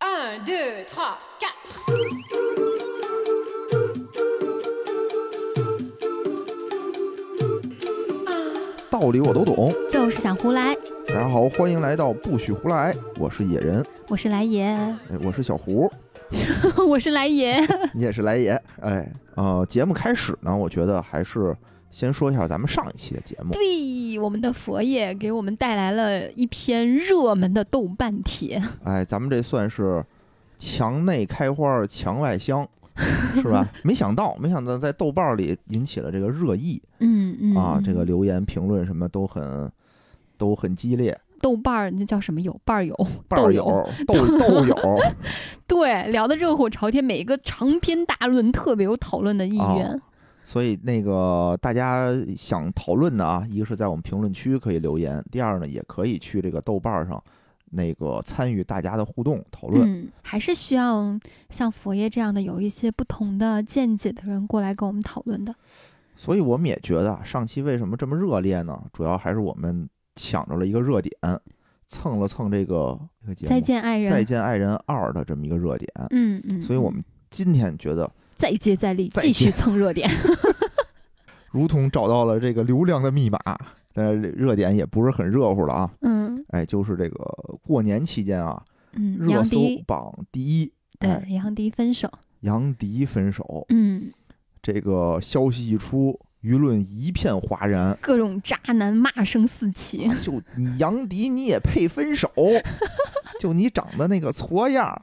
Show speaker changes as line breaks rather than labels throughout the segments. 1, 2, 3, 4.
“道理我都懂”。
就是想胡来。
大家好，欢迎来到不许胡来，我是野人，
我是来也，
哎，我是小 胡，
我是来 也。
你也是来也，哎，呃，节目开始呢，我觉得还是先说一下咱们上一期的节目，
对，我们的佛爷给我们带来了一篇热门的豆瓣帖，
哎，咱们这算是墙内开花，墙外 香。是吧？没想到，没想到在豆瓣里引起了这个热议
嗯嗯
啊！这个留言、评论什么都很都很激烈，
豆瓣儿那叫什么 友？瓣儿友，
瓣儿友、豆豆友
对，聊得热火朝天，每一个长篇大论特别有讨论的意愿。
啊所以那个大家想讨论的啊，一个是在我们评论区可以留言，第二呢，也可以去这个豆瓣儿上那个参与大家的互动讨论。
嗯，还是需要像佛爷这样的有一些不同的见解的人过来跟我们讨论的。
所以我们也觉得啊上期为什么这么热烈呢？主要还是我们抢着了一个热点，蹭了蹭这个这个节目《
再见爱人，
再见爱人二》的这么一个热点，
嗯嗯，
所以我们今天觉得
再接再厉，
再
继续
接
蹭热点。
如同找到了这个流量的密码。但是热点也不是很热乎了啊，
嗯
哎，就是这个过年期间啊，
嗯，
热
杨
搜
迪
榜第一，哎
对杨迪分手，
杨迪分手，
嗯，
这个消息一出，舆论一片哗然。 啊
各种渣男骂声四起。
就你杨迪你也配分 手？就你长得那个矬样儿，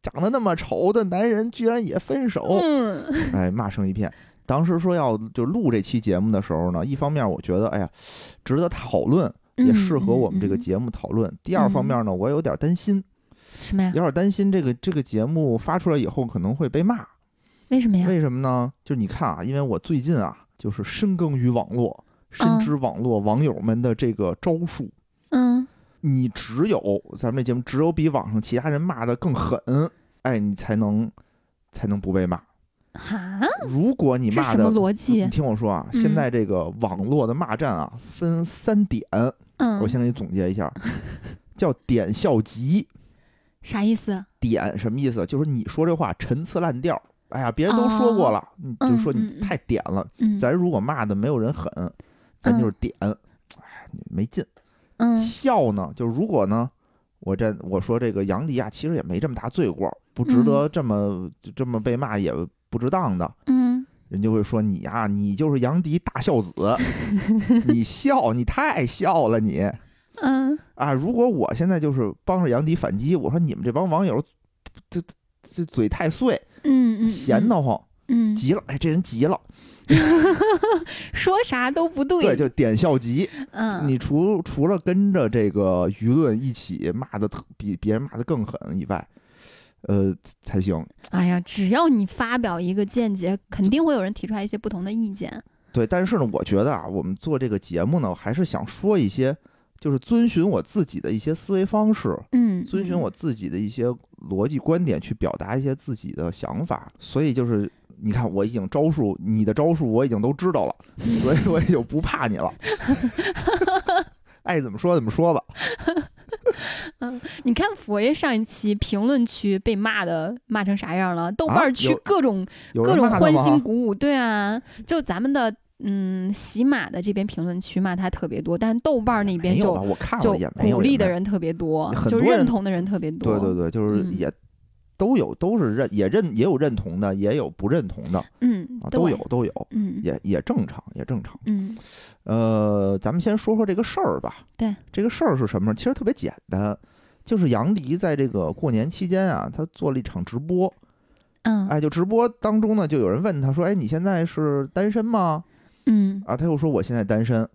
长得那么丑的男人居然也分手，
嗯
哎，骂声一片。当时说要就录这期节目的时候呢，一方面我觉得哎呀，值得讨论，也适合我们这个
嗯嗯嗯
节目讨论。第二方面呢，我有点担心，
什么呀
有？点担心这个这个节目发出来以后可能会被骂。
为什么哎呀？
为什么呢？就是你看啊，因为我最近啊，就是深耕于网络，深
嗯
知网络网友们的这个招数。
嗯，
你只有咱们这节目只有比网上其他人骂的更狠，哎，你才能才能不被骂。
哈，
如果你
这
骂
什么
的，
逻
你
辑？
听我说啊，
嗯
现在这个网络的骂战啊，分三点，
嗯
我，先给你总结一 下，叫点笑集。
啥意思？
点什么意思？就是你说这话陈词滥调，哎呀，别人都说过了，你就说
哦嗯
你
嗯
太点了，
嗯，
咱如果骂的没有人狠，咱就是点，哎、你没劲。
嗯
笑呢，就是如果呢，我这我说这个杨迪啊，其实也没这么大罪过，不
嗯
值得这么、就这么被骂，也不值当的。
嗯
人就会说你啊，你就是杨迪大孝 子，你笑，你太笑了你
嗯
啊！如果我现在就是帮着杨迪反击，我说你们这帮网友，这这这嘴太碎，
嗯嗯，
闲得慌，
嗯，嗯，
急了，哎，这人急了，
说啥都不对。
对，就点笑急。
嗯，
你除除了跟着这个舆论一起骂的特比别人骂的更狠以外，呃，才行。
哎呀，只要你发表一个见解，肯定会有人提出来一些不同的意见。
对，但是呢，我觉得啊，我们做这个节目呢，我还是想说一些，就是遵循我自己的一些思维方式，
嗯，
遵循
嗯
我自己的一些逻辑观点去表达一些自己的想法。所以就是，你看，我已经招数，你的招数我已经都知道了，所以我也就不怕你了。 爱怎么说怎么说吧。
你看佛爷上一期评论区被骂的骂成啥样了，豆
啊
瓣儿区
有
各种、
有
各
人
种
骂他
欢
吗？
欣鼓舞，对啊，就咱们的嗯喜马的这边评论区骂他特别多，但是豆瓣儿那边
没有吧？
就
我看
就
了也没有
鼓励
没
的
有
人特别多，
很
就
多人
认同的人特别多，
对对对，就是
嗯
也都有，都是认也认也有认同的，也有不认同的
嗯
啊，，
对
都有，都有，
嗯
也也正常，也正常。
嗯
呃，咱们先说说这个事儿吧。
对，
这个事儿是什么？其实特别简单，就是杨迪在这个过年期间啊，他做了一场直播。
嗯
哎，就直播当中呢，就有人问他说：“哎，你现在是单身吗
嗯？”，
啊，他又说：“我现在单身。”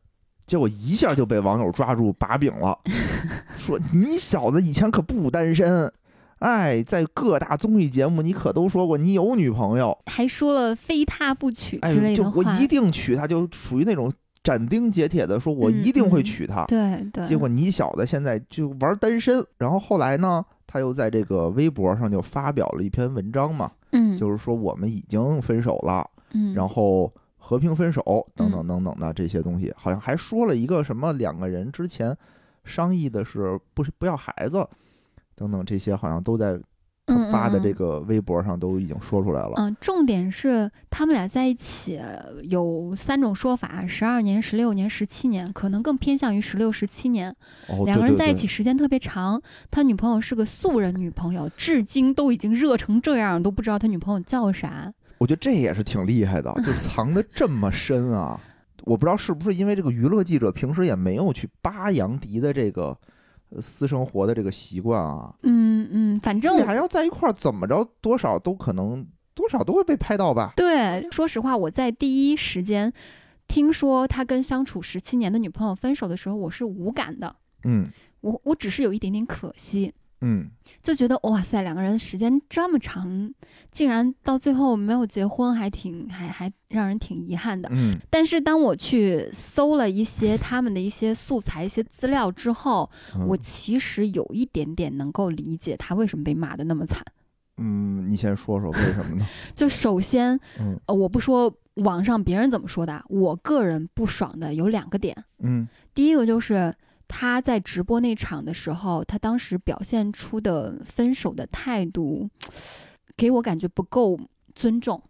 结果一下就被网友抓住把柄了， 说：“你小子以前可不单身。”哎，在各大综艺节目，你可都说过你有女朋友，
还说了非他不娶之
哎，
类
就
的
我
话，
一定娶她，就属于那种斩钉截铁的说，我
嗯
一定会
嗯
娶她。
对对，
结果你小子现在就玩单身，然后后来呢，他又在这个微博上就发表了一篇文章嘛，
嗯
就是说我们已经分手了，
嗯，
然后和平分手等等等等的这些东西，好像还说了一个什么两个人之前商议的是不是不要孩子等等这些，好像都在他发的
嗯嗯
这个微博上都已经说出来了。
嗯，重点是他们俩在一起有三种说法：十二年、十六年、十七年，可能更偏向于十六、十七年。
哦，
两个
对
人
对
在一
对
起时间特别长，他女朋友是个素人女朋友，至今都已经热成这样，都不知道他女朋友叫啥。
我觉得这也是挺厉害的， 就藏的这么深啊！我不知道是不是因为这个娱乐记者平时也没有去扒杨迪的这个呃私生活的这个习惯啊，
嗯嗯，反正
俩人要在一块儿，怎么着多少都可能多少都会被拍到吧？
对，说实话，我在第一时间听说他跟相处十七年的女朋友分手的时候，我是无感的，
嗯
我我只是有一点点可惜。
嗯，
就觉得哇塞，两个人时间这么长，竟然到最后没有结婚，还挺还还让人挺遗憾的。
嗯，
但是当我去搜了一些他们的一些素材、一些资料之后，
嗯
我其实有一点点能够理解他为什么被骂的那么惨。
嗯，你先说说为什 么呢？
就首先，
嗯
呃，我不说网上别人怎么说的啊，我个人不爽的有两个点。
嗯
第一个就是他在直播那场的时候，他当时表现出的分手的态度，给我感觉不够尊重。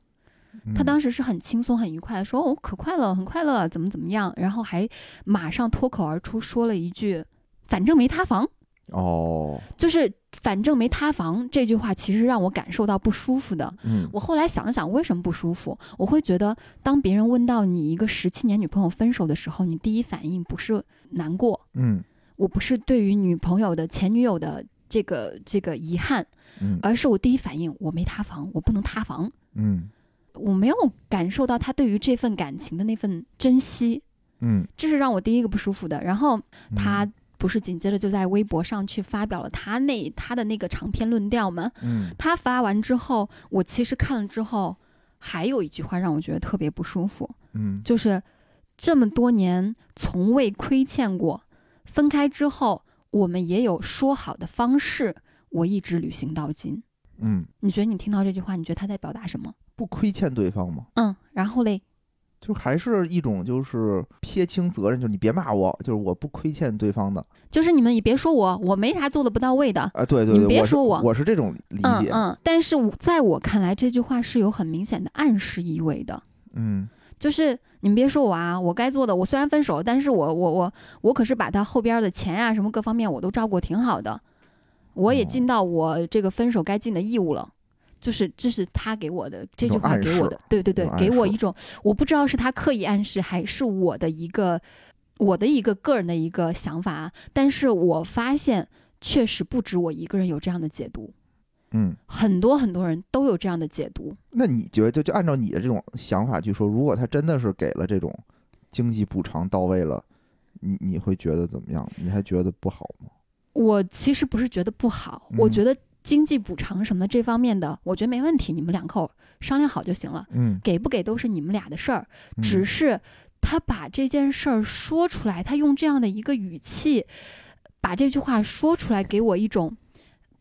嗯，
他当时是很轻松、很愉快的说：“哦，可快乐，很快乐，怎么怎么样。”然后还马上脱口而出说了一句：“反正没塌房。”
哦，
就是“反正没塌房”这句话，其实让我感受到不舒服的。
嗯
我后来想了想，为什么不舒服？我会觉得，当别人问到你一个十七年女朋友分手的时候，你第一反应不是难过，
嗯
我不是对于女朋友的前女友的这个这个遗憾，
嗯
而是我第一反应我没塌房，我不能塌房，
嗯
我没有感受到他对于这份感情的那份珍惜，
嗯，
这是让我第一个不舒服的。然后
嗯
他不是紧接着就在微博上去发表了他那他的那个长篇论调吗？
嗯
他发完之后，我其实看了之后，还有一句话让我觉得特别不舒服，
嗯
就是这么多年从未亏欠过，分开之后我们也有说好的方式，我一直履行到今。
嗯，
你觉得你听到这句话，你觉得他在表达什么？
不亏欠对方吗？
嗯，然后嘞，
就还是一种就是撇清责任，就是你别骂我，就是我不亏欠对方的
就是你们也别说我，我没啥做的不到位的。
啊，对对
你
对，
别
我是
说我
我是这种理
嗯
解，
嗯，但是我在我看来，这句话是有很明显的暗示意味的。
嗯
就是你们别说我啊，我该做的，我虽然分手，但是我我我我可是把他后边的钱啊什么各方面我都照顾得挺好的，我也
哦
尽到我这个分手该尽的义务了。就是这是他给我的这
一种
句话
暗
给我
示
的，对对
一
对
种，暗
给我
示
一种我不知道是他刻意暗示还是我的一个我的一个个人的一个想法啊，但是我发现确实不止我一个人有这样的解读，
嗯。
很多很多人都有这样的解读。
那你觉得就就按照你的这种想法去说，如果他真的是给了这种经济补偿到位了，你你会觉得怎么样？你还觉得不好吗？
我其实不是觉得不好，
嗯
我觉得经济补偿什么这方面的，我觉得没问题，你们两口商量好就行了，
嗯，
给不给都是你们俩的事儿，
嗯
只是他把这件事儿说出来，他用这样的一个语气把这句话说出来，给我一种。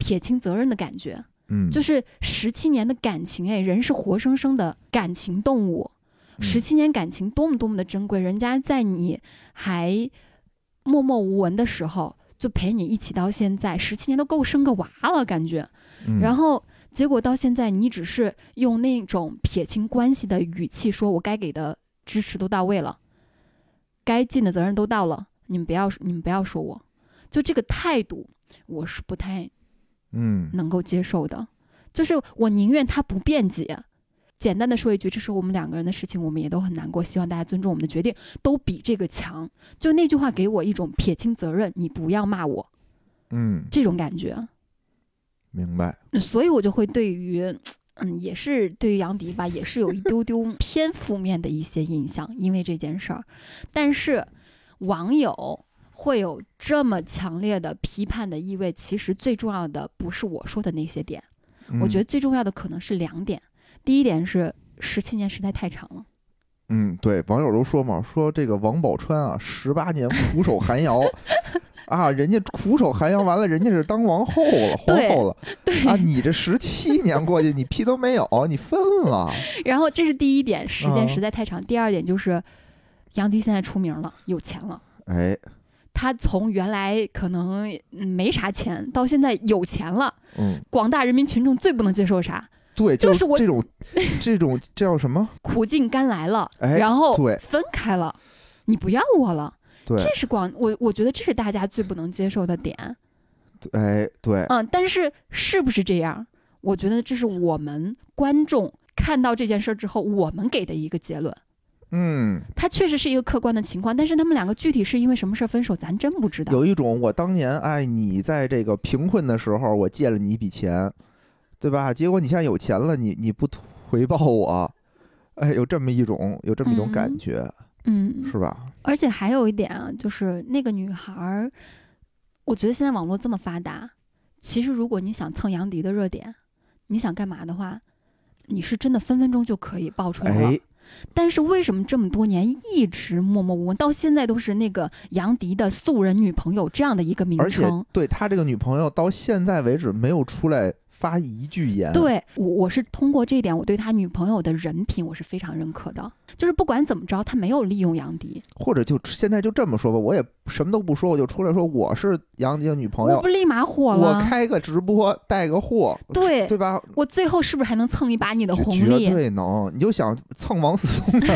撇清责任的感觉，
嗯，
就是十七年的感情，哎，人是活生生的感情动物，
嗯
十七年感情多么多么的珍贵，人家在你还默默无闻的时候就陪你一起到现在，十七年都够生个娃了感觉。
嗯
然后结果到现在，你只是用那种撇清关系的语气说，我该给的支持都到位了，该尽的责任都到了，你们不要你们不要说我，就这个态度，我是不太
嗯
能够接受的，就是我宁愿他不辩解。简单的说一句，这是我们两个人的事情，我们也都很难过，希望大家尊重我们的决定，都比这个强。就那句话给我一种撇清责任，你不要骂我
嗯，
这种感觉，嗯
明白。
所以我就会对于，嗯，也是对于杨迪吧，也是有一丢丢偏负面的一些印象，因为这件事儿。但是网友会有这么强烈的批判的意味，其实最重要的不是我说的那些点。我觉得
得，
最重要的可能是两点。第一点是十七年实在太长了，
嗯，对，网友都说嘛，说这个王宝钏啊，十八年苦守寒窑。 啊，人家苦守寒窑完了，人家是当王后了，皇
对
后了啊！你这十七年过去，你屁都没有，你分了。
然后这是第一点，时间
嗯
实在太长。第二点就是杨迪现在出名了，有钱了，
哎，
他从原来可能嗯没啥钱，到现在有钱了。
嗯，
广大人民群众最不能接受啥？
对，
就是是我
这种这种这叫什么？
苦尽甘来了，
哎
然后
对
分开了，你不要我了，
对，
这是广我我觉得这是大家最不能接受的点。
哎对，
嗯，但是是不是这样？我觉得这是我们观众看到这件事儿之后，我们给的一个结论。
嗯，
它确实是一个客观的情况，但是他们两个具体是因为什么事儿分手，咱真不知道。
有一种我当年哎，你在这个贫困的时候，我借了你一笔钱，对吧？结果你现在有钱了，你你不回报我，哎，有这么一种有这么一种感
嗯
觉，
嗯，
是吧？
而且还有一点啊，就是那个女孩儿，我觉得现在网络这么发达，其实如果你想蹭杨迪的热点，你想干嘛的话，你是真的分分钟就可以爆出来了。
哎，
但是为什么这么多年一直默默无闻，到现在都是那个杨迪的素人女朋友这样的一个名
而且
称？
对他这个女朋友到现在为止没有出来发一句言，，
对我，我是通过这一点，我对他女朋友的人品我是非常认可的。就是不管怎么着，他没有利用杨迪，
或者就现在就这么说吧，我也什么都不说，我就出来说我是杨迪的女朋
我
友
不，立马火
我
了？
开个直播带个货，
对，
对吧？
我最后是不是还能蹭一把你的红
绝
利？
对能，你就想蹭王思聪的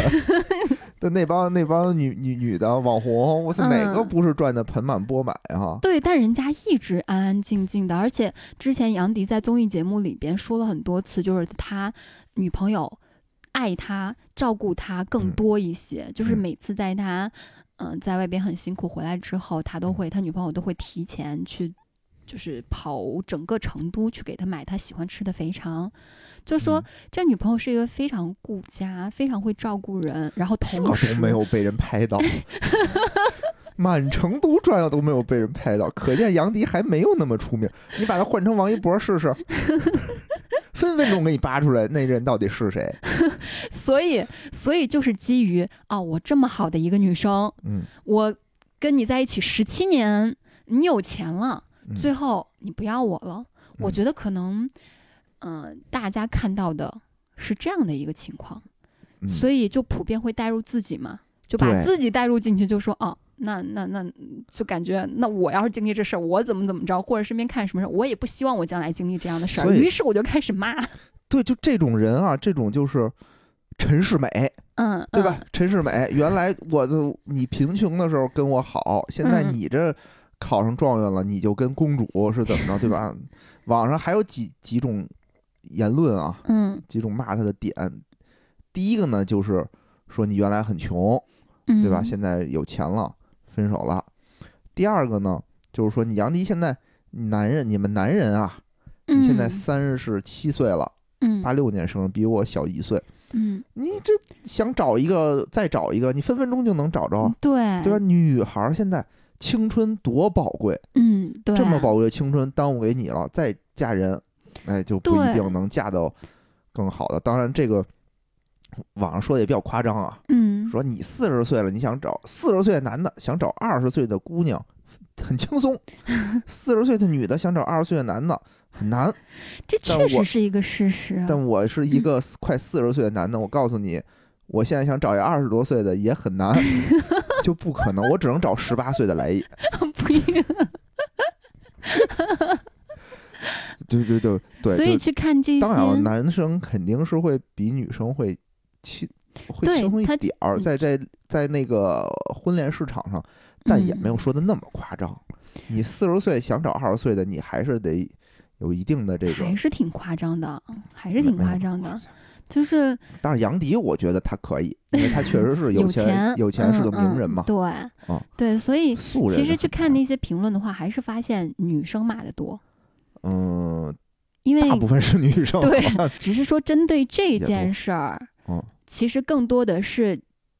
的那帮那帮女女女的网红，我操，哪个
嗯
不是赚的盆满钵满啊？
对，但人家一直安安静静的，而且之前杨迪在综艺节目里边说了很多次，就是他女朋友爱他、照顾他更
嗯
多一些，就是
嗯
每次在他嗯、呃在外边很辛苦回来之后，
嗯
他都会他女朋友都会提前去。就是跑整个成都去给他买他喜欢吃的肥肠，就说、
嗯
这女朋友是一个非常顾家、非常会照顾人，然后
这
同时
都没有被人拍到，满成都转悠都没有被人拍到，可见杨迪还没有那么出名。你把他换成王一博试 试，分分钟给你扒出来那人到底是谁。
所以，所以就是基于啊、我这么好的一个女生，
嗯，
我跟你在一起十七年，你有钱了，
嗯
最后你不要我了。我觉得可能，嗯、大家看到的是这样的一个情况，
嗯
所以就普遍会带入自己嘛，就把
对
自己带入进去，就说哦。那那那，就感觉那我要是经历这事儿，我怎么怎么着，或者身边看什么事儿，我也不希望我将来经历这样的事儿，
所以
于是我就开始骂，
对，就这种人啊，这种就是陈世美，
嗯，
对吧？陈世美，原来我就你贫穷的时候跟我好，现在
嗯
你这考上状元了，你就跟公主是怎么着，对吧？网上还有几几种言论啊，
嗯？
几种骂他的点。第一个呢，就是说你原来很穷，
嗯嗯，
对吧？现在有钱了，分手了。第二个呢，就是说你杨迪现在男人，你们男人啊，你现在三十七岁了，
嗯
八六年生人，比我小一岁。
嗯，
你这想找一个，再找一个，你分分钟就能找着，
嗯对，
对吧？女孩儿现在青春多宝贵，
嗯，对，
这么宝贵的青春耽误给你了，再嫁人，哎，就不一
对
定能嫁到更好的。当然，这个网上说的也比较夸张啊，
嗯，
说你四十岁了，你想找四十岁的男的，想找二十岁的姑娘，很轻 松；四十岁的女的想找二十岁的男的很难。
这
但
确
我
实是一个事实啊。
但我是一个四快四十岁的男的，我告诉你，我现在想找一二十多岁的也很 难，就不可能，我只能找十八岁的来一。
不一样
对对对对，
所以
就
去看这些，嗯
当然了，男生肯定是会比女生会轻会
对
轻松一
他
点儿，
嗯
在在在那个婚恋市场上，但也没有
嗯
说的那么夸张。你四十岁想找二十岁的，你还是得有一定的这个
还。是挺夸张的，还是
没
挺
没有
夸张的。就是
当然，杨迪我觉得他可以，因为他确实 是有
钱，
有钱是个
嗯
名人嘛
嗯，对、
啊
对，所以
素人。
其实去看，
啊
那些评论的话，还是发现女生骂的多，
嗯，
因为
大部分是女生。
对，只是说针对这
也多
件事儿，
嗯
其实更多的是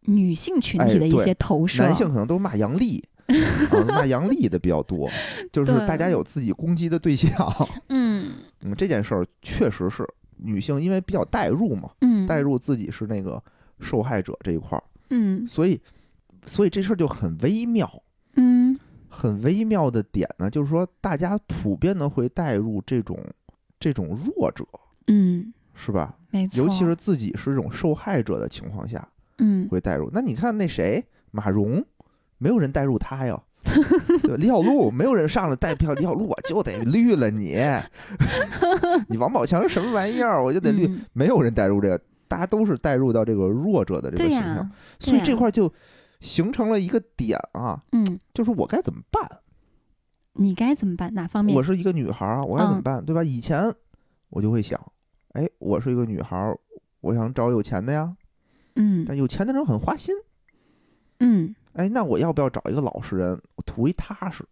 女性群
哎
体的一
对
些投射，
男性可能都骂杨 丽，啊，骂杨丽的比较多，就是
对
大家有自己攻击的对象。
嗯
嗯，这件事儿确实是女性，因为比较代入嘛，
嗯，
代入自己是那个受害者这一块儿，
嗯
所以，所以这事儿就很微妙。
嗯
很微妙的点呢，就是说大家普遍的会带入这种这种弱者，
嗯，
是吧？
没错，
尤其是自己是这种受害者的情况下，
嗯
会带入。那你看那谁马蓉，没有人带入他呀，对，李小璐没有人上来带票，李小璐我就得绿了你，你王宝强什么玩意儿，我就得绿，
嗯
没有人带入这个，大家都是带入到这个弱者的这个
对
形
呀、
象，所以
对
这
呀
块就形成了一个点啊，
嗯，
就是我该怎么办？
你该怎么办？哪方面嗯
我？是一个女孩儿，我该怎么办？对吧？以前我就会想，哎，我是一个女孩儿，我想找有钱的呀，
嗯
但有钱的人很花心，
嗯，
哎，那我要不要找一个老实人，我图一踏实？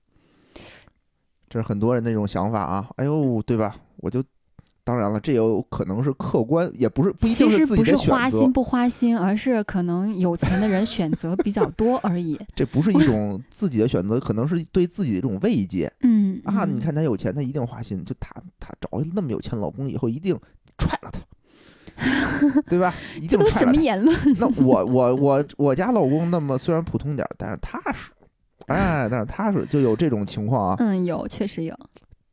这是很多人的一种想法啊，哎呦，对吧？我就，当然了，这也有可能是客观，也不是不一
其
定
实
自
不
己
是
的选
花
择
心，不花心，而是可能有钱的人选择比较多而 已。
这不是一种自己的选择，可能是对自己的一种慰藉。
嗯
啊，你
嗯
看他有钱，他一定花心，就他他找一那么有钱老公以后，一定踹了他， 对吧？一
这
定
都
踹
什
了
么
他。
言论？
那我我我我家老公那么虽然普通点儿，但是踏实，哎，但是踏实就有这种情况啊。
嗯，有确实有，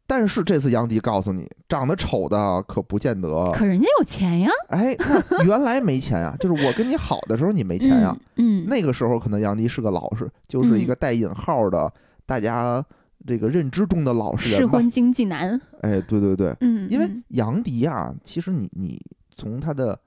但是这次杨迪告诉你，长得丑的可不见得。
可人家有钱呀，
哎，那原来没钱 啊，就是我跟你好的时候你没钱呀、啊
嗯，嗯，
那个时候可能杨迪是个老实，就是一
嗯
个带引号的，大家这个认知中的老实
适
人吧。
婚经济男，
哎，对对对，
嗯，
因为
嗯
杨迪啊，其实你你从他的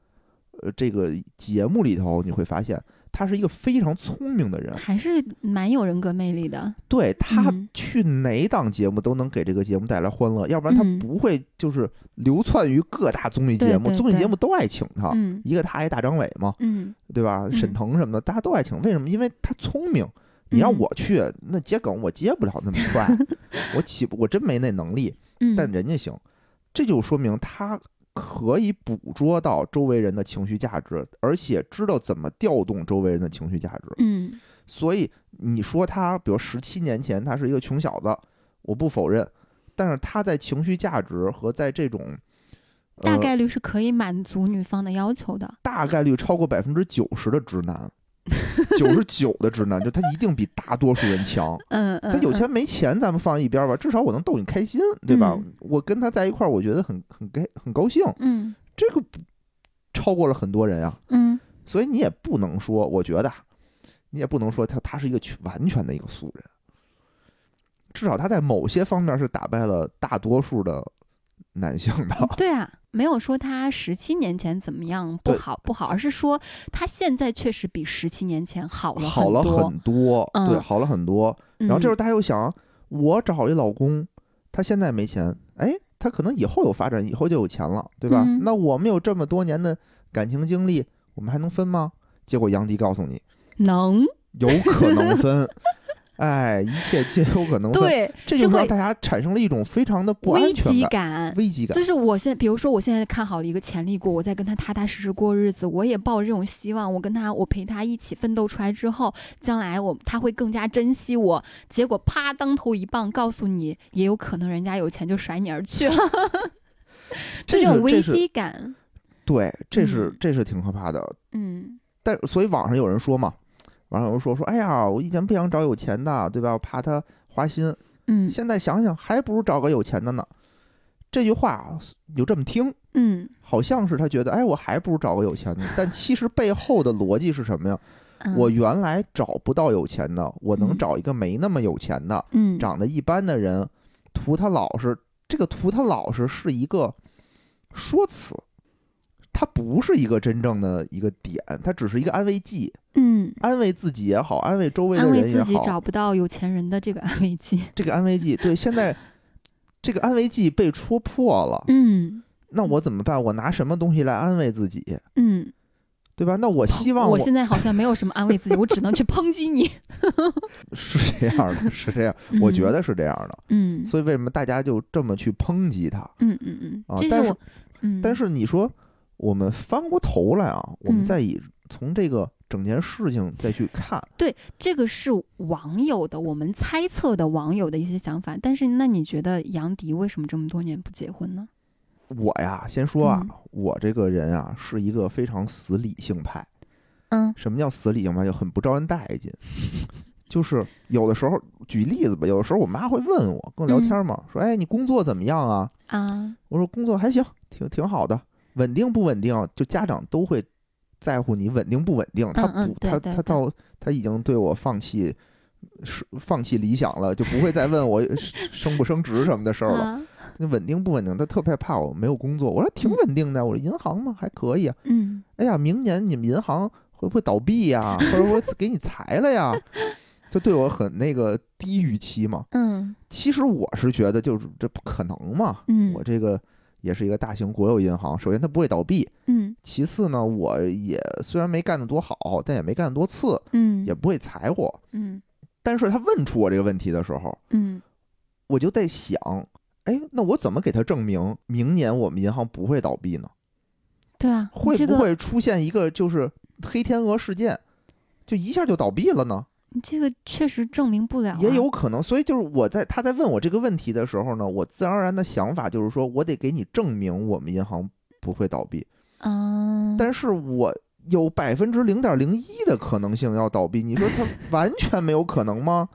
呃这个节目里头，你会发现他是一个非常聪明的人，
还是蛮有人格魅力的，
对他
嗯
去哪档节目都能给这个节目带来欢乐，要不然他
嗯
不会就是流窜于各大综艺
对
节目，
对
综艺节
对
目都爱请他，
嗯
一个他爱大张伟嘛，
嗯，
对吧？沈
嗯
腾什么的，大家都爱请，为什么？因为他聪明。你让
嗯
我去，那接梗我接不了那么 快，我起不我真没那能力。
嗯
但人家行，这就说明他可以捕捉到周围人的情绪价值，而且知道怎么调动周围人的情绪价值。
嗯
所以你说他，比如十七年前他是一个穷小子，我不否认，但是他在情绪价值和在这种。
大
呃
概率是可以满足女方的要求的，
大概率超过百分之九十的直男，九十九的直男，就他一定比大多数人 强。
嗯嗯，
他有
嗯
钱没钱，咱们放一边儿吧，至少我能逗你开心，对吧？
嗯
我跟他在一块儿，我觉得很很开很高兴，
嗯
这个不超过了很多人啊呀、
嗯
所以你也不能说，我觉得啊你也不能说他他是一个全完全的一个素人，至少他在某些方面是打败了大多数的男性的。
对啊，没有说他十七年前怎么样不
对
好不好，而是说他现在确实比十七年前好了
好了
多。
很多，对，
嗯
好了很多。
然
然后这时候大家又想，我找一老公，他现在没钱，哎，他可能以后有发展，以后就有钱了，对吧？
嗯
那我们有这么多年的感情经历，我们还能分吗？结果杨迪告诉你，
能
有可能 分，哎，一切皆有可能分，
对
这
这
就让
会
大家产生了一种非常的不
危
安
机
全感、
感。
危机感
就。是我现在，比如说我现在看好了一个潜力股，我在跟他踏踏实实过日子，我也抱着这种希望，我跟他，我陪他一起奋斗出来之后，将来我他会更加珍惜我。结果啪，当头一棒，告诉你，也有可能人家有钱就甩你而去了，
这
种
是
危
这是
机感。
对，这是
嗯
这是挺可怕的。
嗯
但所以网上有人说嘛，网上有人说说，哎呀，我以前不想找有钱的，对吧？我怕他花心。
嗯
现在想想，还不如找个有钱的呢。这句话有这么听，
嗯
好像是他觉得，哎，我还不如找个有钱的。但其实背后的逻辑是什么呀？
嗯，
我原来找不到有钱的，我能
嗯
找一个没那么有钱的，
嗯
长得一般的人，图他老实。这个图他老实是一个说辞，它不是一个真正的一个点，它只是一个安慰剂，
嗯，
安慰自己也好，安慰周围的
安慰
人也
自己
好，啊
找不到有钱人的这个安慰剂。
这个安慰剂，对，现在这个安慰剂被戳破了，
嗯
那我怎么办？我拿什么东西来安慰自己，
嗯，
对吧？那我希望
哦我现在好像没有什么安慰自己，我只能去抨击你。
是这样的，是这样， 我觉得是这样的。
嗯，
所以为什么大家就这么去抨击他？
嗯嗯嗯
啊
嗯，这
但是
我，嗯，
但是你说，我们翻过头来啊，我们
嗯
再以从这个整件事情再去看，
对这个是网友的，我们猜测的网友的一些想法。但是那你觉得杨迪为什么这么多年不结婚呢？
我呀，先说啊
嗯，
我这个人啊是一个非常死理性派。
嗯
什么叫死理性派？就很不招人待见。就是有的时候，举例子吧，有的时候我妈会问我，跟我聊
嗯
天嘛，说：“哎，你工作怎么样啊
啊，？”
我说：“工作还行，挺挺好的，稳定不稳定？”就家长都会在乎你稳定不稳定。他
嗯嗯
不，
对
他
对
他
对
到他已经对我放弃是放弃理想了，就不会再 问我是升不升职什么的事儿了。
啊，
那稳定不稳定？他特别怕我没有工作。我说挺稳定的，我说银行嘛还可以啊。
嗯
哎呀，明年你们银行会不会倒闭呀？或者我给你裁了 呀？就对我很那个低预期嘛。
嗯
其实我是觉得就是这不可能嘛。
嗯，
我这个也是一个大型国有银行，首先它不会倒闭，
嗯
其次呢，我也虽然没干得多好，但也没干得多次，
嗯
也不会裁我。
嗯
但是他问出我这个问题的时候，
嗯
我就在想，哎，那我怎么给他证明明年我们银行不会倒闭呢？
对啊，你
会
这
不
个
会出现一个就是黑天鹅事件，就一下就倒闭了呢？
你这个确实证明不了、啊，
也有可能。所以就是我在他在问我这个问题的时候呢，我自然而然的想法就是说我得给你证明我们银行不会倒闭。
嗯，
但是我有百分之零点零一的可能性要倒闭，你说 它完全没有可能吗？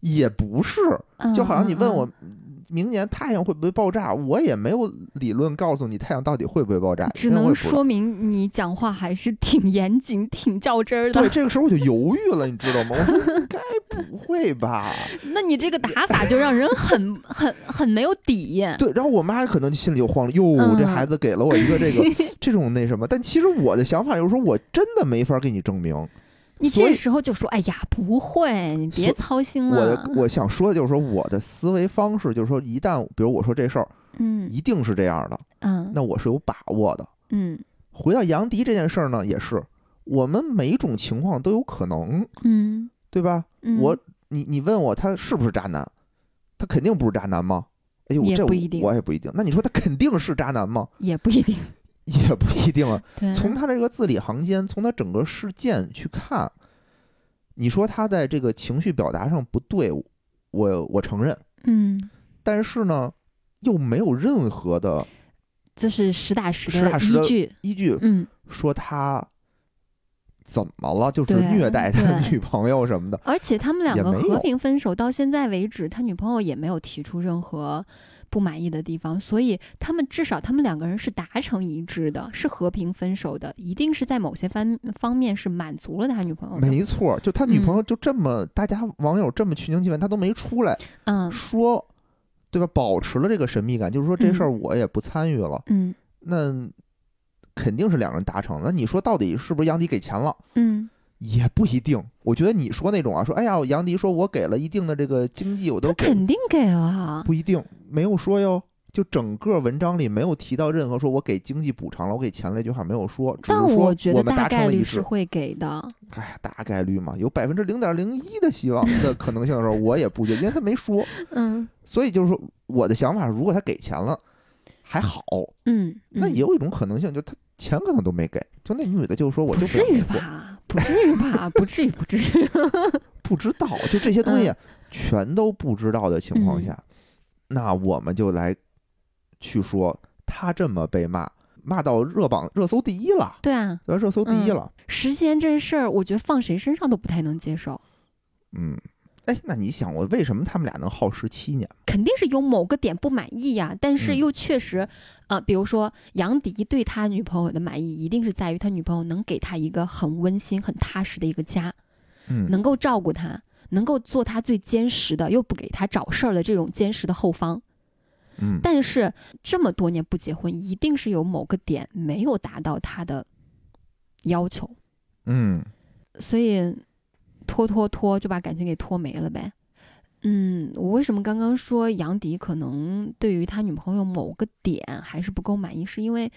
也不是，
嗯
就好像你问
嗯
我
嗯
明年太阳会不会爆炸，我也没有理论告诉你太阳到底会不会爆炸，
只
因为我也
能
不知道
说明你讲话还是挺严谨、挺较真儿
对，
的。
这个时候我就犹豫了，你知道吗？我说应该不会 吧？
那你这个打法就让人很 很很没有底。
对，然后我妈可能心里就慌了，哟，这
嗯
孩子给了我一个这 个这种那什么，但其实我的想法就是说我真的没法给你证明，
你
所
这
以
时候就说：“哎呀，不会，你别
所
操心
我
了
的。我想说的就是说我的思维方式就是说，一旦比如我说这事儿
嗯
一定是这样的，
嗯
那我是有把握的。
嗯
回到杨迪这件事儿呢，也是我们每种情况都有可能，
嗯
对吧？
嗯，
我你你问我他是不是渣男，他肯定不是渣男吗？哎呦，
也
这
不一定
我也不一定。那你说他肯定是渣男吗？
也不一定。
也不一定啊。
对，
从他的这个字里行间，从他整个事件去看，你说他在这个情绪表达上不对，我我承认。
嗯，
但是呢，又没有任何的
这是实打实
实打
的
实
依
的
据。
依据
嗯，
说他怎么了，就是
对
虐待他
对
女朋友什么的。
而且他们两
也
个
没
和
有
平分手到现在为止，他女朋友也没有提出任何不满意的地方，所以他们至少他们两个人是达成一致的，是和平分手的，一定是在某些方方面是满足了他女朋友的。
没错，就他女朋
嗯
友就这么，大家网友这么群情激愤，他都没出来
嗯
说，对吧？保持了这个神秘感，就是说这事儿
嗯
我也不参与了。
嗯
那肯定是两人达成。那你说到底是不是杨迪给钱了？
嗯，
也不一定。我觉得你说那种啊，说哎呀，杨迪说我给了一定的这个经济，我
他
都给了
肯定给了啊。
不一定，没有说哟。就整个文章里没有提到任何说我给经济补偿了，我给钱了这句话没有说，只是
但
说
我觉得
们达
大概
成了一
率是
致。
会给的，
哎呀，大概率嘛，有百分之零点零一的希望的可能性的时候，我也不觉得，因为他没说。
嗯
所以就是说，我的想法，如果他给钱了，还好，
嗯，
那
嗯
也有一种可能性，就他钱可能都没给，就那女的就说我就
不至
想
于
给我
吧？不至于吧？不至于，不至于。
不知道，就这些东
嗯
西全都不知道的情况下，那我们就来去说他这么被骂，骂到热榜热搜第一了，
对啊，
对吧？热搜第一了，
时间这事儿，我觉得放谁身上都不太能接受。
嗯。哎，那你想，我为什么他们俩能耗时七年？
肯定是有某个点不满意呀，但是
嗯
又确实，呃，比如说杨迪对他女朋友的满意，一定是在于他女朋友能给他一个很温馨、很踏实的一个家，
嗯，
能够照顾他，能够做他最坚实的，又不给他找事儿的这种坚实的后方。
嗯，
但是这么多年不结婚，一定是有某个点没有达到他的要求，
嗯，
所以拖拖拖就把感情给拖没了呗。嗯，我为什么刚刚说杨迪可能对于他女朋友某个点还是不够满意，是因为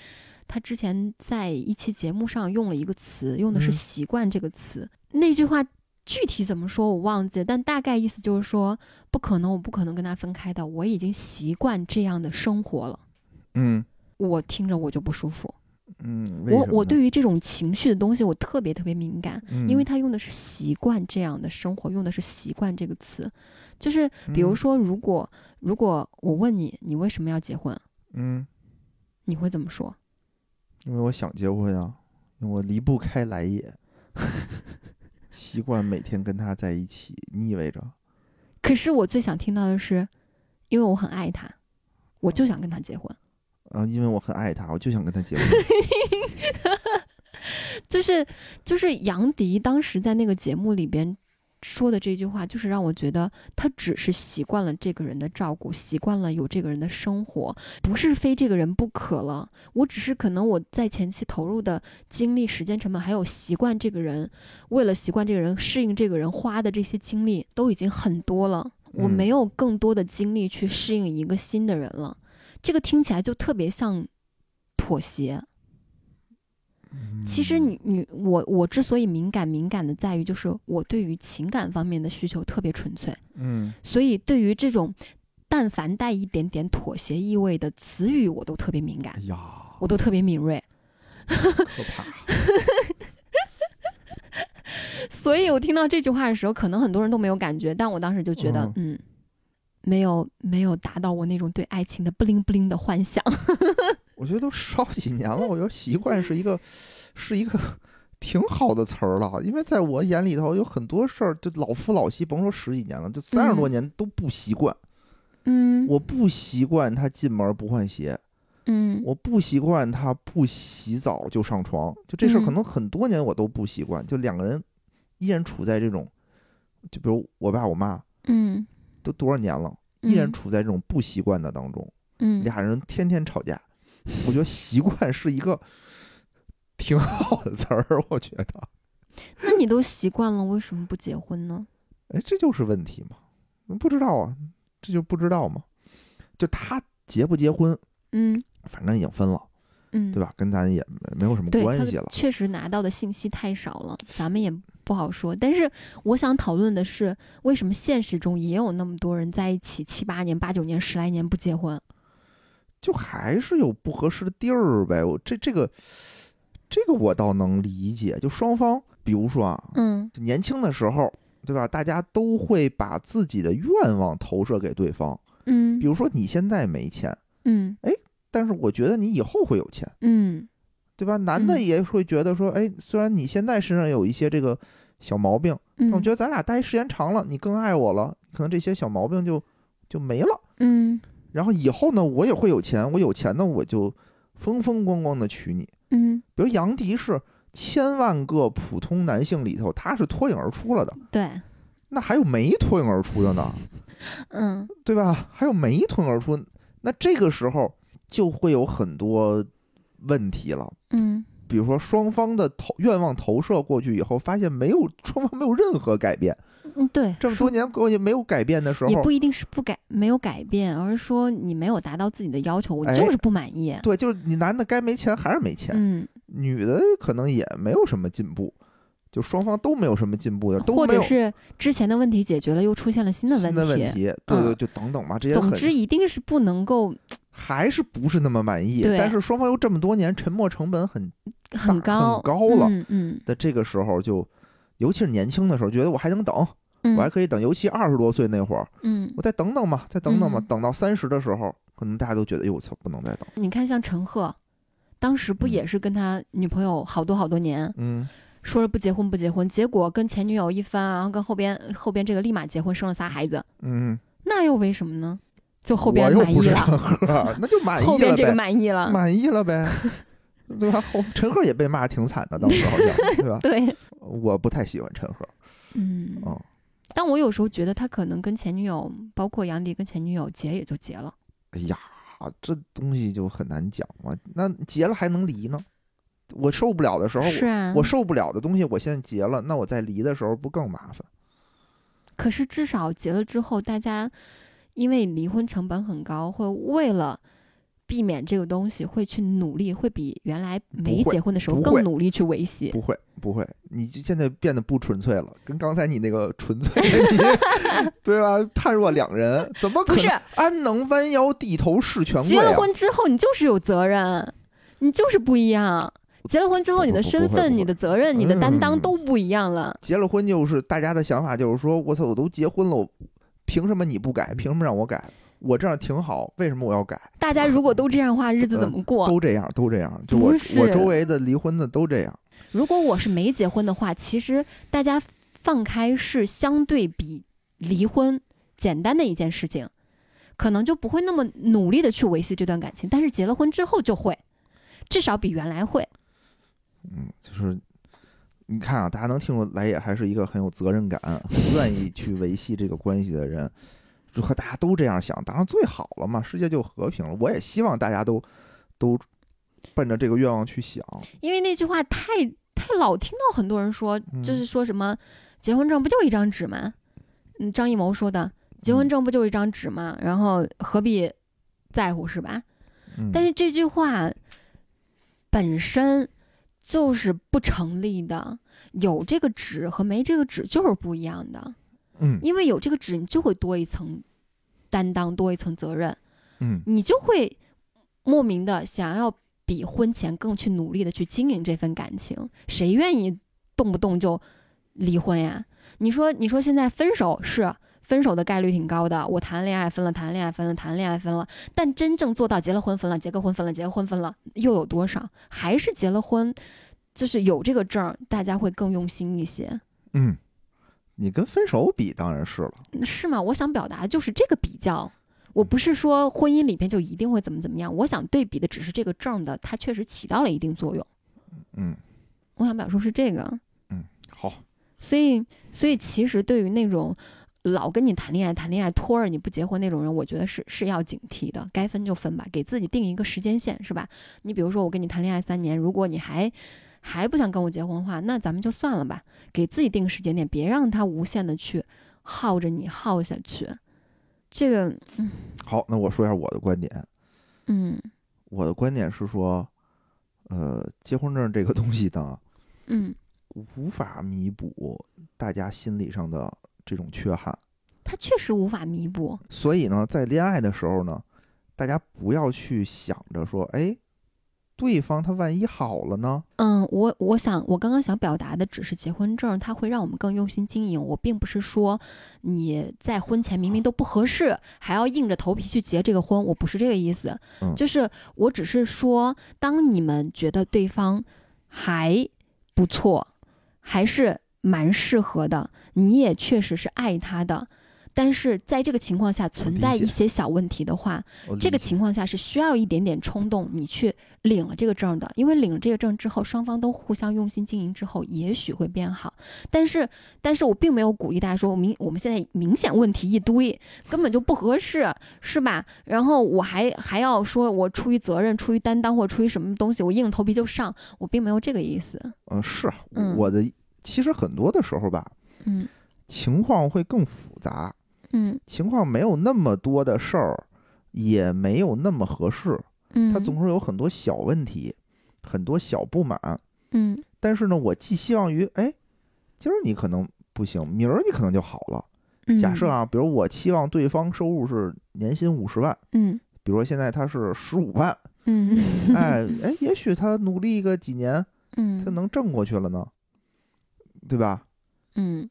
他之前在一期节目上用了一个词，用的是“
嗯
习惯”这个词。那句话具体怎么说我忘记了，但大概意思就是说，不可能，我不可能跟他分开的，我已经习惯这样的生活了。
嗯，
我听着我就不舒服，
嗯，为
我
什么
我
呢
对，于这种情绪的东西我特别特别敏感，
嗯
因为他用的是“习惯”这样的生活，用的是“习惯”这个词，就是比如
嗯
说，如果、如果我问你，你为什么要结婚，
嗯，
你会怎么说？
因为我想结婚啊，因为我离不开来 也，习惯每天跟他在一起，腻味着。
可是我最想听到的是，因为我很爱他，我就想跟他结婚，
啊，因为我很爱他，我就想跟他结婚。
就是就是杨迪当时在那个节目里边说的这句话，就是让我觉得他只是习惯了这个人的照顾，习惯了有这个人的生活，不是非这个人不可了。我只是可能我在前期投入的精力、时间成本，还有习惯这个人，为了习惯这个人、适应这个人花的这些精力都已经很多了，我
嗯
没有更多的精力去适应一个新的人了。这个听起来就特别像妥协。
嗯
其实你你我我之所以敏感，敏感的在于就是我对于情感方面的需求特别纯粹，
嗯
所以对于这种但凡带一点点妥协意味的词语，我都特别敏
哎
感，
呀，
我都特别敏锐。
可怕。
所以我听到这句话的时候，可能很多人都没有感觉，但我当时就觉得，嗯，没有没有达到我那种对爱情的不灵不灵的幻想。
我觉得都烧几年了，我觉得习惯是一个是一个挺好的词儿了，因为在我眼里头有很多事儿，就老夫老妻，甭说十几年了，就三十多
嗯
年都不习惯。
嗯，
我不习惯他进门不换鞋，
嗯
我不习惯他不洗澡就上床，就这事儿可
嗯
能很多年我都不习惯。就两个人依然处在这种，就比如我爸我妈
嗯
都多少年了，依然
嗯
处在这种不习惯的当中，
嗯，
俩人天天吵架。我觉得习惯是一个挺好的词儿，我觉得，
那你都习惯了，为什么不结婚呢？
哎，这就是问题嘛，不知道啊，这就不知道嘛。就他结不结婚，
嗯
反正已经分了，
嗯，
对吧？跟咱也没有什么
对，
关
他
系了。
确实拿到的信息太少了，咱们也不好说。但是我想讨论的是，为什么现实中也有那么多人在一起七八年、八九年、十来年不结婚？
就还是有不合适的地儿呗。我这这个这个我倒能理解，就双方，比如说啊，
嗯
就年轻的时候，对吧？大家都会把自己的愿望投射给对方。
嗯
比如说你现在没钱，
嗯
但是我觉得你以后会有钱，
嗯
对吧？男的
嗯
也会觉得说，哎，虽然你现在身上有一些这个小毛病，但
嗯，
我觉得咱俩待时间长了，你更爱我了，可能这些小毛病就就没了。
嗯
然后以后呢，我也会有钱，我有钱呢，我就风风光光的娶你。
嗯，
比如杨迪是千万个普通男性里头，他是脱颖而出了的，
对，
那还有没脱颖而出的呢，
嗯
对吧？还有没脱颖而出，那这个时候就会有很多问题了。
嗯
比如说，双方的投愿望投射过去以后，发现没有双方没有任何改 变，
嗯，对，
这么多年过去没有改变的时
也
候
不，一定是不改没有改变，而是说你没有达到自己的要求，我
哎
就是不满意。
对，就是你男的该没钱还是没钱，
嗯，
女的可能也没有什么进步，就双方都没有什么进步的，都
或
没
者
有
是之前的问题解决了，又出现了新的
新的问
题。
题，对对，
嗯
就等等吧，这些
总
很
之，一定是不能够
还是不是那么满意，
对
但是双方又这么多年沉没成本很
很
大
高
很高了
嗯嗯
的这个时候就，尤其是年轻的时候，觉得我还能等，
嗯，
我还可以等，尤其二十多岁那会儿，
嗯
我，再等等吧，再等等吧，
嗯
等到三十的时候，可能大家都觉得，哎呦我操，不能再等，
你看像陈赫，当时不
嗯
也是跟他女朋友好多好多年，
嗯，
说是不结婚不结婚，结果跟前女友一翻，然后跟后边后边这个立马结婚，生了仨孩子，
嗯，
那又为什么呢？就后
我
边
又
满
不
意
是
了，
陈赫，那就满
后
意
边
了
这个
呗，
满意了，
满意了 呗，对吧？后陈赫也被骂挺惨的，当时好像，对吧？
对，
我不太喜欢陈赫，
嗯。
嗯，
但我有时候觉得他可能跟前女友，包括杨迪跟前女友结也就结了，
哎呀，这东西就很难讲了。那结了还能离呢？我受不了的时候，
是啊
我。受不了的东西，我现在结了，那我再离的时候不更麻烦？
可是至少结了之后，大家因为离婚成本很高，会为了避免这个东西，会去努力，会比原来没
不会
结婚的时候
不会
更努力去维系。
不会，不会，你就现在变得不纯粹了，跟刚才你那个纯粹 你，对吧？判若两人，怎么可
不是
能？安能弯腰低头事权贵
结
啊？
了婚之后，你就是有责任，你就是不一样。结了婚之后，
不
你的
不不
身
会
份、
不
你
会
的责任、你的担当
嗯
都不一样了。
结了婚就是大家的想法就是说，我操，我都结婚了，我凭什么你不改？凭什么让我改？我这样挺好，为什么我要改？
大家如果都这样的话，日子怎么过？
都这样，都这样。就我
不是
我周围的离婚的都这样。
如果我是没结婚的话，其实大家放开是相对比离婚简单的一件事情，可能就不会那么努力的去维系这段感情。但是结了婚之后就会，至少比原来会。
嗯，就是你看啊，大家能听出来也还是一个很有责任感、很愿意去维系这个关系的人。如果大家都这样想，当然最好了嘛，世界就和平了。我也希望大家都都奔着这个愿望去想。
因为那句话太太老听到很多人说，
嗯
就是说什么结婚证不就一张纸吗？嗯，张艺谋说的，结婚
嗯
证不就一张纸吗？然后何必在乎是吧？
嗯、
但是这句话本身就是不成立的，有这个纸和没这个纸就是不一样的，
嗯
因为有这个纸，你就会多一层担当，多一层责任，
嗯
你就会莫名的想要比婚前更去努力的去经营这份感情。谁愿意动不动就离婚呀？你说，你说现在分手是分手的概率挺高的，我谈恋爱分了，谈恋爱分了，谈恋爱分了，但真正做到结了婚分了，结个婚分了，结个婚分了又有多少？还是结了婚，就是有这个证儿，大家会更用心一些，
嗯，你跟分手比当然是了。
是吗？我想表达的就是这个比较。我不是说婚姻里边就一定会怎么怎么样，我想对比的只是这个证儿的，它确实起到了一定作用。
嗯，
我想表述是这个，
好，
所以，所以其实对于那种老跟你谈恋爱、谈恋爱拖着你不结婚那种人，我觉得是是要警惕的。该分就分吧，给自己定一个时间线，是吧？你比如说，我跟你谈恋爱三年，如果你还还不想跟我结婚的话，那咱们就算了吧，给自己定个时间点，别让他无限的去耗着你耗下去。这个，
好，那我说一下我的观点。
嗯
我的观点是说，呃，结婚证这个东西呢，
嗯，
无法弥补大家心理上的这种缺憾。
他确实无法弥补，
所以呢，在恋爱的时候呢，大家不要去想着说，哎，对方他万一好了呢？
嗯，我我想，我刚刚想表达的只是结婚证，它会让我们更用心经营。我并不是说你在婚前明明都不合适，还要硬着头皮去结这个婚，我不是这个意思。
嗯
就是我只是说，当你们觉得对方还不错，还是蛮适合的，你也确实是爱他的，但是在这个情况下存
理
在
解
一些小问题的话，
我理
这个
解
情况下是需要一点点冲动，你去领了这个证的，因为领了这个证之后，双方都互相用心经营之后，也许会变好。但是，但是我并没有鼓励大家说，我明我们现在明显问题一堆，根本就不合适，是吧？然后我还还要说我出于责任、出于担当或者出于什么东西，我硬着头皮就上，我并没有这个意思。
呃，是
嗯
我的。其实很多的时候吧，
嗯
情况会更复杂，
嗯
情况没有那么多的事儿，也没有那么合适，
嗯，
它总是有很多小问题，很多小不满。
嗯
但是呢，我寄希望于，哎，今儿你可能不行，明儿你可能就好了。
嗯
假设啊，比如我期望对方收入是年薪五十万，
嗯
比如说现在他是十五 万，
嗯
哎哎，也许他努力个几年，
嗯
他能挣过去了呢，对吧？
嗯。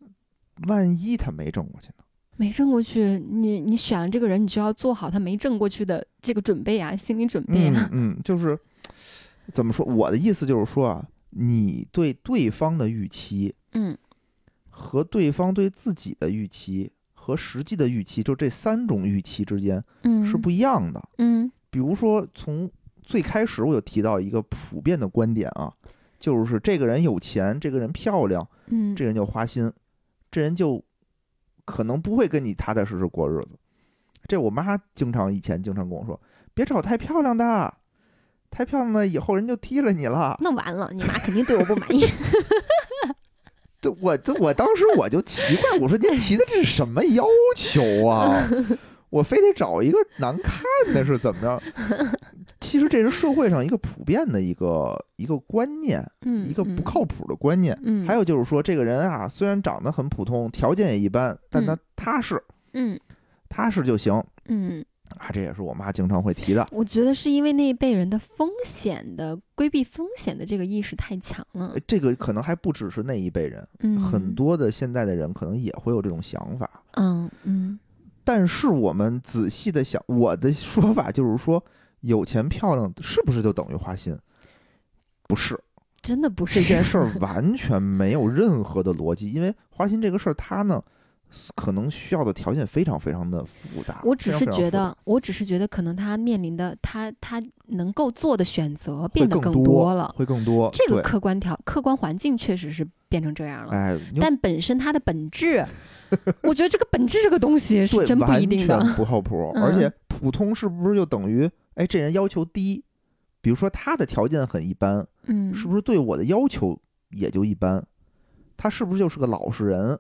万一他没挣过去呢？
没挣过去，你你选了这个人，你就要做好他没挣过去的这个准备啊，心理准备
嗯
啊。
嗯，就是怎么说？我的意思就是说啊，你对对方的预期
嗯
和对方对自己的预期和实际的预期，就这三种预期之间
嗯，
是不一样的。
嗯
比如说，从最开始我有提到一个普遍的观点啊，就是这个人有钱，这个人漂亮，
嗯
这人就花心，这人就可能不会跟你踏踏实实过日子。这我妈经常以前经常跟我说，别找太漂亮的，太漂亮的以后人就踢了你了。
那完了，你妈肯定对我不满意。
这我这我当时我就奇怪，我说您提的这是什么要求啊？ 我非得找一个难看的是怎么着？ 其实这是社会上一个普遍的一个一个观念，
嗯，
一个不靠谱的观念。
嗯。嗯，
还
有
有就是说，这个人啊，虽然长得很普通，条件也一般，但他踏实，
嗯
踏实就行
嗯，
啊。这也是我妈经常会提的。
我觉得是因为那一辈人的风险的规避风险的这个意识太强了
呃。这个可能还不只是那一辈人，
嗯，
很。多的现在的人可能也会有这种想法。
嗯嗯
但是我们仔细的想，我的说法就是说，有钱漂亮是不是就等于花心？不 是，
真的不是
这件事儿完全没有任何的逻辑，因为花心这个事儿，它呢可能需要的条件非常非常的复杂。
我只
非
是
常非常复
觉
杂
得，我只是觉得，可能他面临的他他能够做的选择变得
会更
多了。
会更多。
这个
对
客观条客观环境确实是变成这样了，
哎，因为
啊但本身它的本质，我觉得这个本质这个东西是
对
真不一定
完
的。
全不靠 谱。
嗯
而且普通是不是就等于哎，这人要求低？比如说他的条件很一般，
嗯，
是不是对我的要求也就一般？他是不是就是个老实人？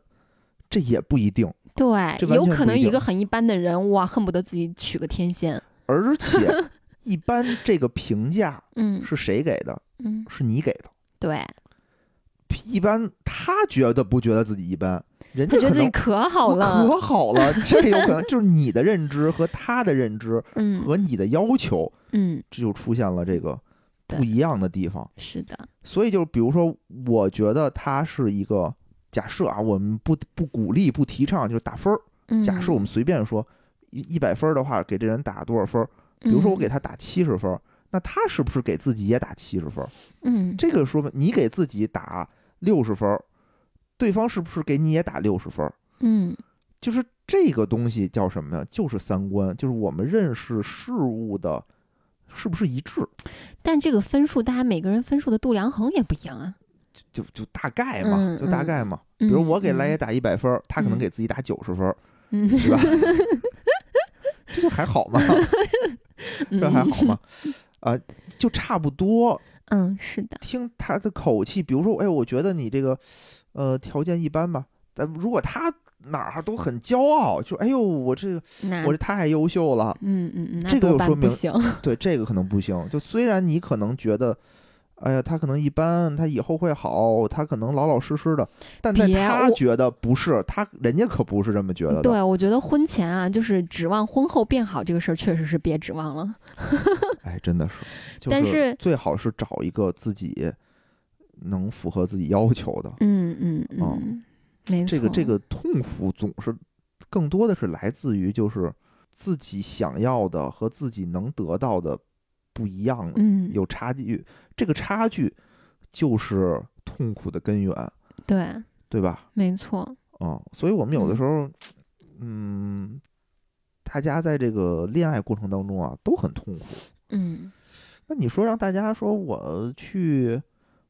这也不一定。
对
这，完
有
全
可
不
能
一
一
定
个很一般的人，哇，恨不得自己娶个天仙。
而 且一般这个评价
嗯
是谁给的？
嗯，
是你给的。
对，
一般他觉得不觉得自己一般，人
他
家可
觉得自己
能
可好了
我。可好了，这有可能就是你的认知和他的认知
嗯
和你的要求，
嗯，
这就出现了这个
对
不一样的地方。
是的，
所以就是比如说，我觉得他是一个假设啊，我们不不鼓励不提倡就是打分儿。
嗯，
假设我们随便说一一百分儿的话，给这人打多少分儿？
嗯
比如说我给他打七十分儿，那他是不是给自己也打七十分儿？
嗯，嗯，
这个说明你给自己打六十分儿，对方是不是给你也打六十分儿？
嗯
就是这个东西叫什么呀？就是三观，就是我们认识事物的是不是一致，
但这个分数，大家每个人分数的度量衡也不一样啊。
就就大概嘛，
嗯
就大
嗯
概嘛。
比
比如我给来也，打一百分儿，他可能给自己打九十分儿，
嗯，嗯
对 吧？这就还好嘛，这还好嘛， 啊、就差不多。
嗯，是的，
听他的口气，比如说，哎，我觉得你这个，呃，条件一般吧。但如果他哪儿都很骄傲，就哎呦，我这个
那
我这太优秀了，
嗯嗯嗯，那
这个
多
又
半
说
不
明
行，
对这个可能不行。就虽然你可能觉得，哎呀，他可能一般，他以后会好，他可能老老实实的，但在
别
他
我
觉得不是，他人家可不是这么觉得的。
对，我觉得婚前啊，就是指望婚后变好这个事儿，确实是别指望了。
哎，真的是，就
但
是
是
最好是找一个自己能符合自己要求的。
嗯嗯
哦
嗯，没错。
这个这，个痛苦总是更多的是来自于就是自己想要的和自己能得到的不一样了，
嗯，
有差距，这个差距就是痛苦的根源，
对，
对吧？
没错。
啊、所以我们有的
嗯
时候，嗯，大家在这个恋爱过程当中啊，都很痛苦。
嗯
那你说让大家说我去，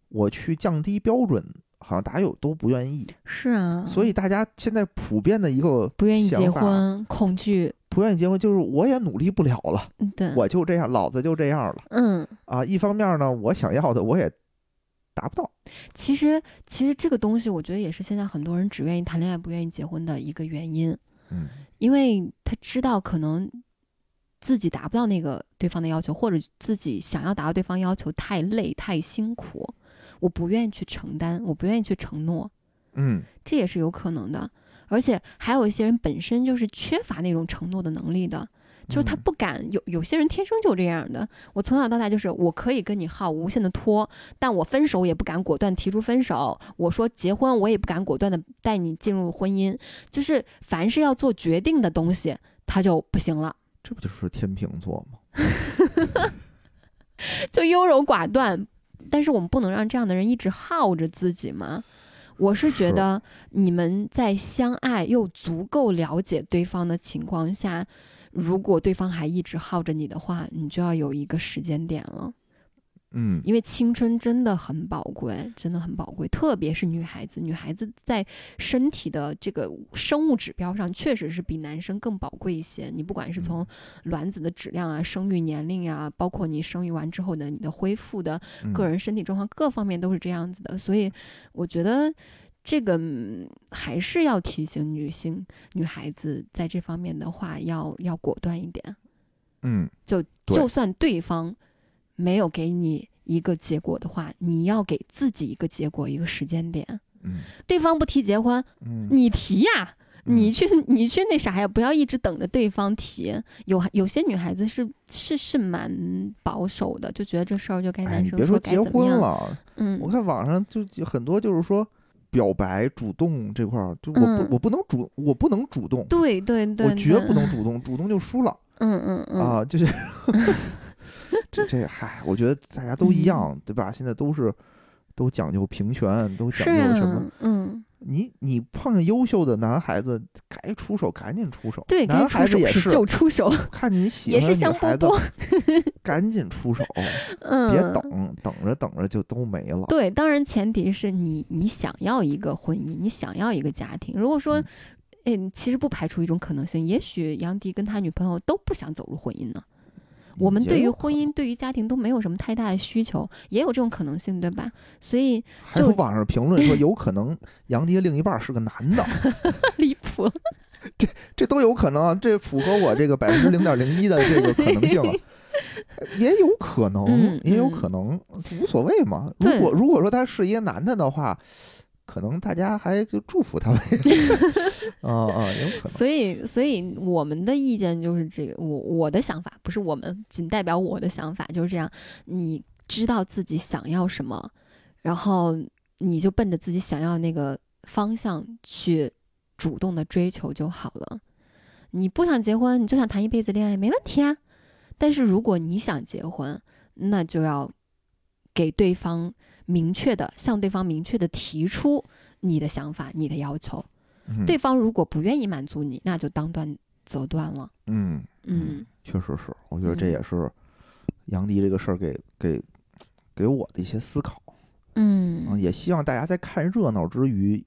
我去降低标准，好像大家有都不愿意。，
是啊，
所以大家现在普遍的一个
不愿意
想
结
法，
婚，恐惧，
不愿意结婚，就是我也努力不了了，
嗯对，
我就这样，老子就这样了
嗯，
啊。一方面呢，我想要的我也达不到，
其实其实这个东西，我觉得也是现在很多人只愿意谈恋爱不愿意结婚的一个原因，
嗯，
因为他知道可能自己达不到那个对方的要求，或者自己想要达到对方要求太累太辛苦，我不愿意去承担，我不愿意去承诺，
嗯，
这也是有可能的。而且还有一些人本身就是缺乏那种承诺的能力的，就是他
嗯
不敢有有些人天生就这样的。我从小到大就是我可以跟你耗无限的拖，但我分手也不敢果断提出分手。我说结婚我也不敢果断的带你进入婚姻，就是凡是要做决定的东西，他就不行了，
这不就是天秤座吗？
就优柔寡断。但是我们不能让这样的人一直耗着自己嘛。我是觉
是
得你们在相爱又足够了解对方的情况下，如果对方还一直耗着你的话，你就要有一个时间点了。
嗯，
因为青春真的很宝贵，真的很宝贵，特别是女孩子，女孩子在身体的这个生物指标上，确实是比男生更宝贵一些。你不管是从卵子的质量啊、生育年龄啊，包括你生育完之后的你的恢复的
嗯
个人身体状况，各方面都是这样子的。所以，我觉得这个嗯还是要提醒女性、女孩子在这方面的话，要要果断一点。
嗯，
就
对
就算对方没有给你一个结果的话，你要给自己一个结果，一个时间点。
嗯
对方不提结婚，
嗯嗯，
你提呀，你去你去那啥呀，不要一直等着对方提。有有些女孩子是是是蛮保守的，就觉得这事儿就该
哎，
男
你
生
别说
该
结
怎么
婚
样。
了，
嗯
我看网上就就很多就是说表白主动这块儿，就我不、
嗯
我不能主我不能主动，
对对对，
我绝
对
不能主 动，主动就输了。
嗯嗯嗯
啊， 就是这这嗨，我觉得大家都一
嗯
样，对吧？现在都是都讲究平权，都讲
是
究
啊
什么？，
嗯
你你碰见优秀的男孩子，该出手赶紧出手。
对，该
男
出
孩子
手
也
时就出手，
看你喜
也
欢的
是
女
香
孩
饽
子，
饽。
赶紧出 手，
嗯，
别。等，等着等着就都没了。
对，当然前提是你你想要一个婚姻，你想要一个家庭。如果说
嗯，
嗯，其实不排除一种可能性，也许杨迪跟他女朋友都不想走入婚姻呢。我们
嗯也
对于
有可
婚
能，
姻、对于家庭都没有什么太大的需求，也有这种可能性，对吧？所以
还有
就
网上评论说，有可能杨迪的另一半是个男 的，
离谱，
这都有可能啊，这符合我这个百分之零点零一的这个可能性 啊，也有可能，
嗯
也有
嗯
可能，无所谓嘛。如
对
果如果说他是一个男的的话，可能大家还就祝福 他呗。啊啊，有可能。
所以所以我们的意见就是这个，我我的想法不是我们，仅代表我的想法就是这样。你知道自己想要什么，然后你就奔着自己想要那个方向去主动的追求就好了。你不想结婚，你就想谈一辈子恋爱，没问题啊。但是如果你想结婚，那就要给对方明确的向对方明确的提出你的想法、你的要求。
嗯
对，方如果不愿意满足你，那就当断则断了。
嗯，
嗯
确实是，我觉得这
嗯
也是杨迪这个事儿给给给我的一些思考啊，
嗯，
也希望大家在看热闹之余，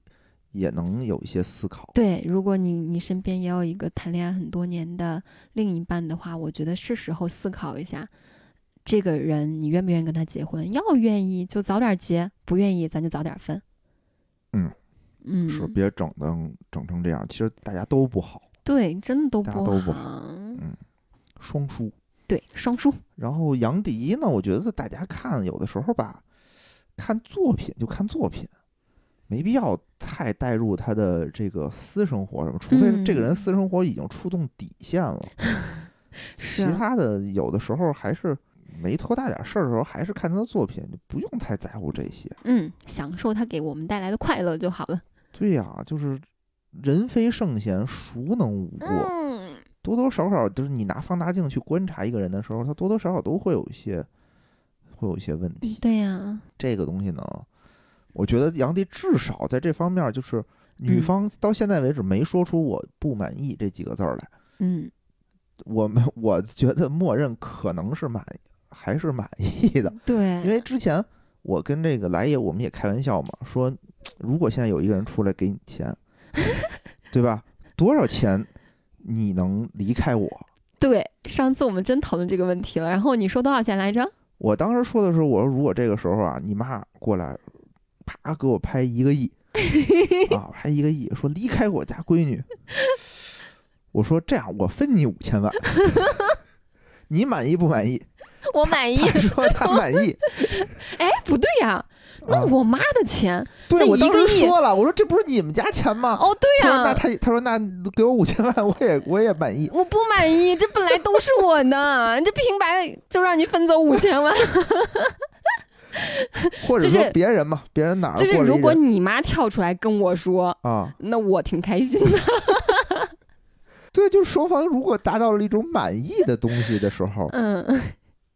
也能有一些思考。
对，如果你你身边也有一个谈恋爱很多年的另一半的话，我觉得是时候思考一下，这个人你愿不愿意跟他结婚？要愿意就早点结，不愿意咱就早点分。
嗯
嗯，
是别整的整成这样，其实大家都不好，
对，真的都
大
不
家都不
好
双输。
对，双输。
然后杨迪呢，我觉得大家看有的时候吧，看作品就看作品，没必要太带入他的这个私生活什么，除非这个人
嗯
私生活已经触动底线了。
是
其
啊
他的有的时候还是没多大点事儿的时候，还是看他的作品，就不用太在乎这些。
嗯，享受他给我们带来的快乐就好了。
对呀、就是人非圣贤，孰能无过？
嗯，
多多少少就是你拿放大镜去观察一个人的时候，他多多少少都会有一些会有一些问题。
对呀、
这个东西呢，我觉得杨迪至少在这方面就是女
嗯
方到现在为止没说出我不满意这几个字儿来。
嗯，
我们我觉得默认可能是满意，还是满意的，
对，
因为之前我跟这个来也我们也开玩笑嘛，说如果现在有一个人出来给你 钱，对吧？多少钱你能离开我？
对，上次我们真讨论这个问题了。然后你说多少钱来着？
我当时说的是，我说如果这个时候啊，你妈过来，啪给我拍一个亿啊，拍一个亿，说离开我家闺 女，我说这样我分你五千 万，你满意不满意？
我满意。
他说他满意，
哎，不对呀、那
啊、
我妈的钱。
对
那
我当
一
时
个亿
说了，我说这不是你们家钱吗？
哦，对
他说
呀、
那他他说那给我五千万，我也我也满意。
我不满意，这本来都是我的，这平白就让你分走五千万。
或者
就
说
是
别人嘛，别人哪儿
就是
过来
如
一
果
人
你妈跳出来跟我说，
啊？
那我挺开心的。
对，就是双方如果达到了一种满意的东西的时候，
嗯，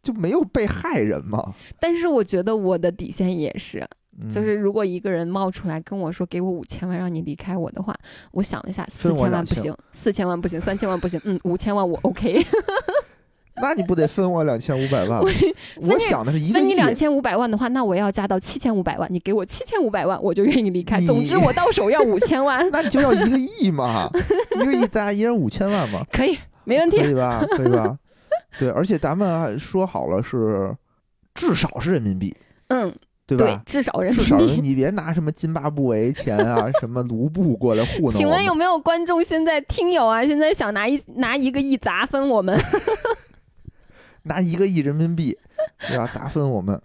就没有被害人嘛。
但是我觉得我的底线也是，
嗯
就是如果一个人冒出来跟我说给我五千万让你离开我的话，我想了一下，
分
四
我
千万
两
不
千
行，四千万不行，三千万不行，嗯，五千万我 OK。
那你不得分我两千五百万吗？ 我想的是一个
分你
亿，
两千五百万的话，那我要加到七千五百万，你给我七千五百万，我就愿意离开。
你
总之，我到手要五 千万，
那你就要一个亿 嘛，一个亿大家一人五千万嘛，
可以， 没问
可
题。
以吧？可以吧？对，而且咱们还说好了是至少是人民币，
嗯，
对
对
吧，？
至少 人
至
民
少是
币。
你别拿什么津巴布韦钱 啊，什么卢布过来糊弄我们。
请问有没有观众现在听友啊？现在想拿一拿一个亿砸分我们？
拿一个亿人民币，对吧？打分我 们，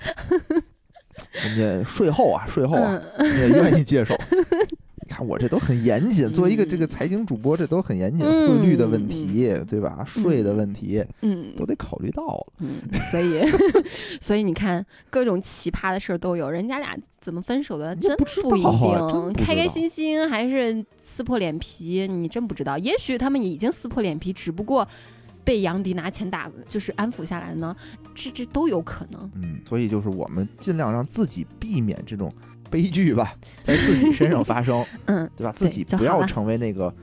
人家税后啊，税后啊，
嗯
人家愿意接 受。你看我这都很严谨，作为一个这个
嗯
财经主播，这都很严谨，
嗯
汇率的问题，对吧？税的问题
嗯
都得考虑到。
嗯，所以 所以你看，各种奇葩的事儿都有。人家俩怎么分手的，
你
真
不知
一
道啊真不
定。
知
开开
道
心心还是撕破脸皮，你真不知道。也许他们已经撕破脸皮，只不过被杨迪拿钱打，就是安抚下来呢。这这都有可能。
嗯，所以就是我们尽量让自己避免这种。悲剧吧，在自己身上发生，
嗯，
对吧？自己
就
不
好
要
了
成为那个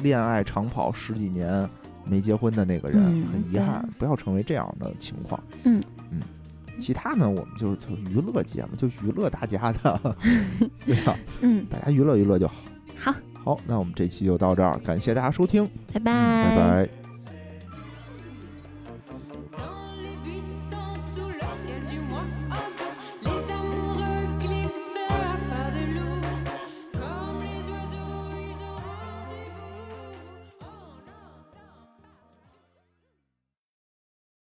恋爱长跑十几年没结婚的那个人，
嗯
很遗
对
憾，不要成为这样的情况。
嗯
嗯，其他呢，我们就就娱乐节目，就娱乐大家的， 对吧？
嗯，
大家娱乐娱乐就好。
好，
好，那我们这期就到这儿，感谢大家收听，嗯
拜拜，
拜拜。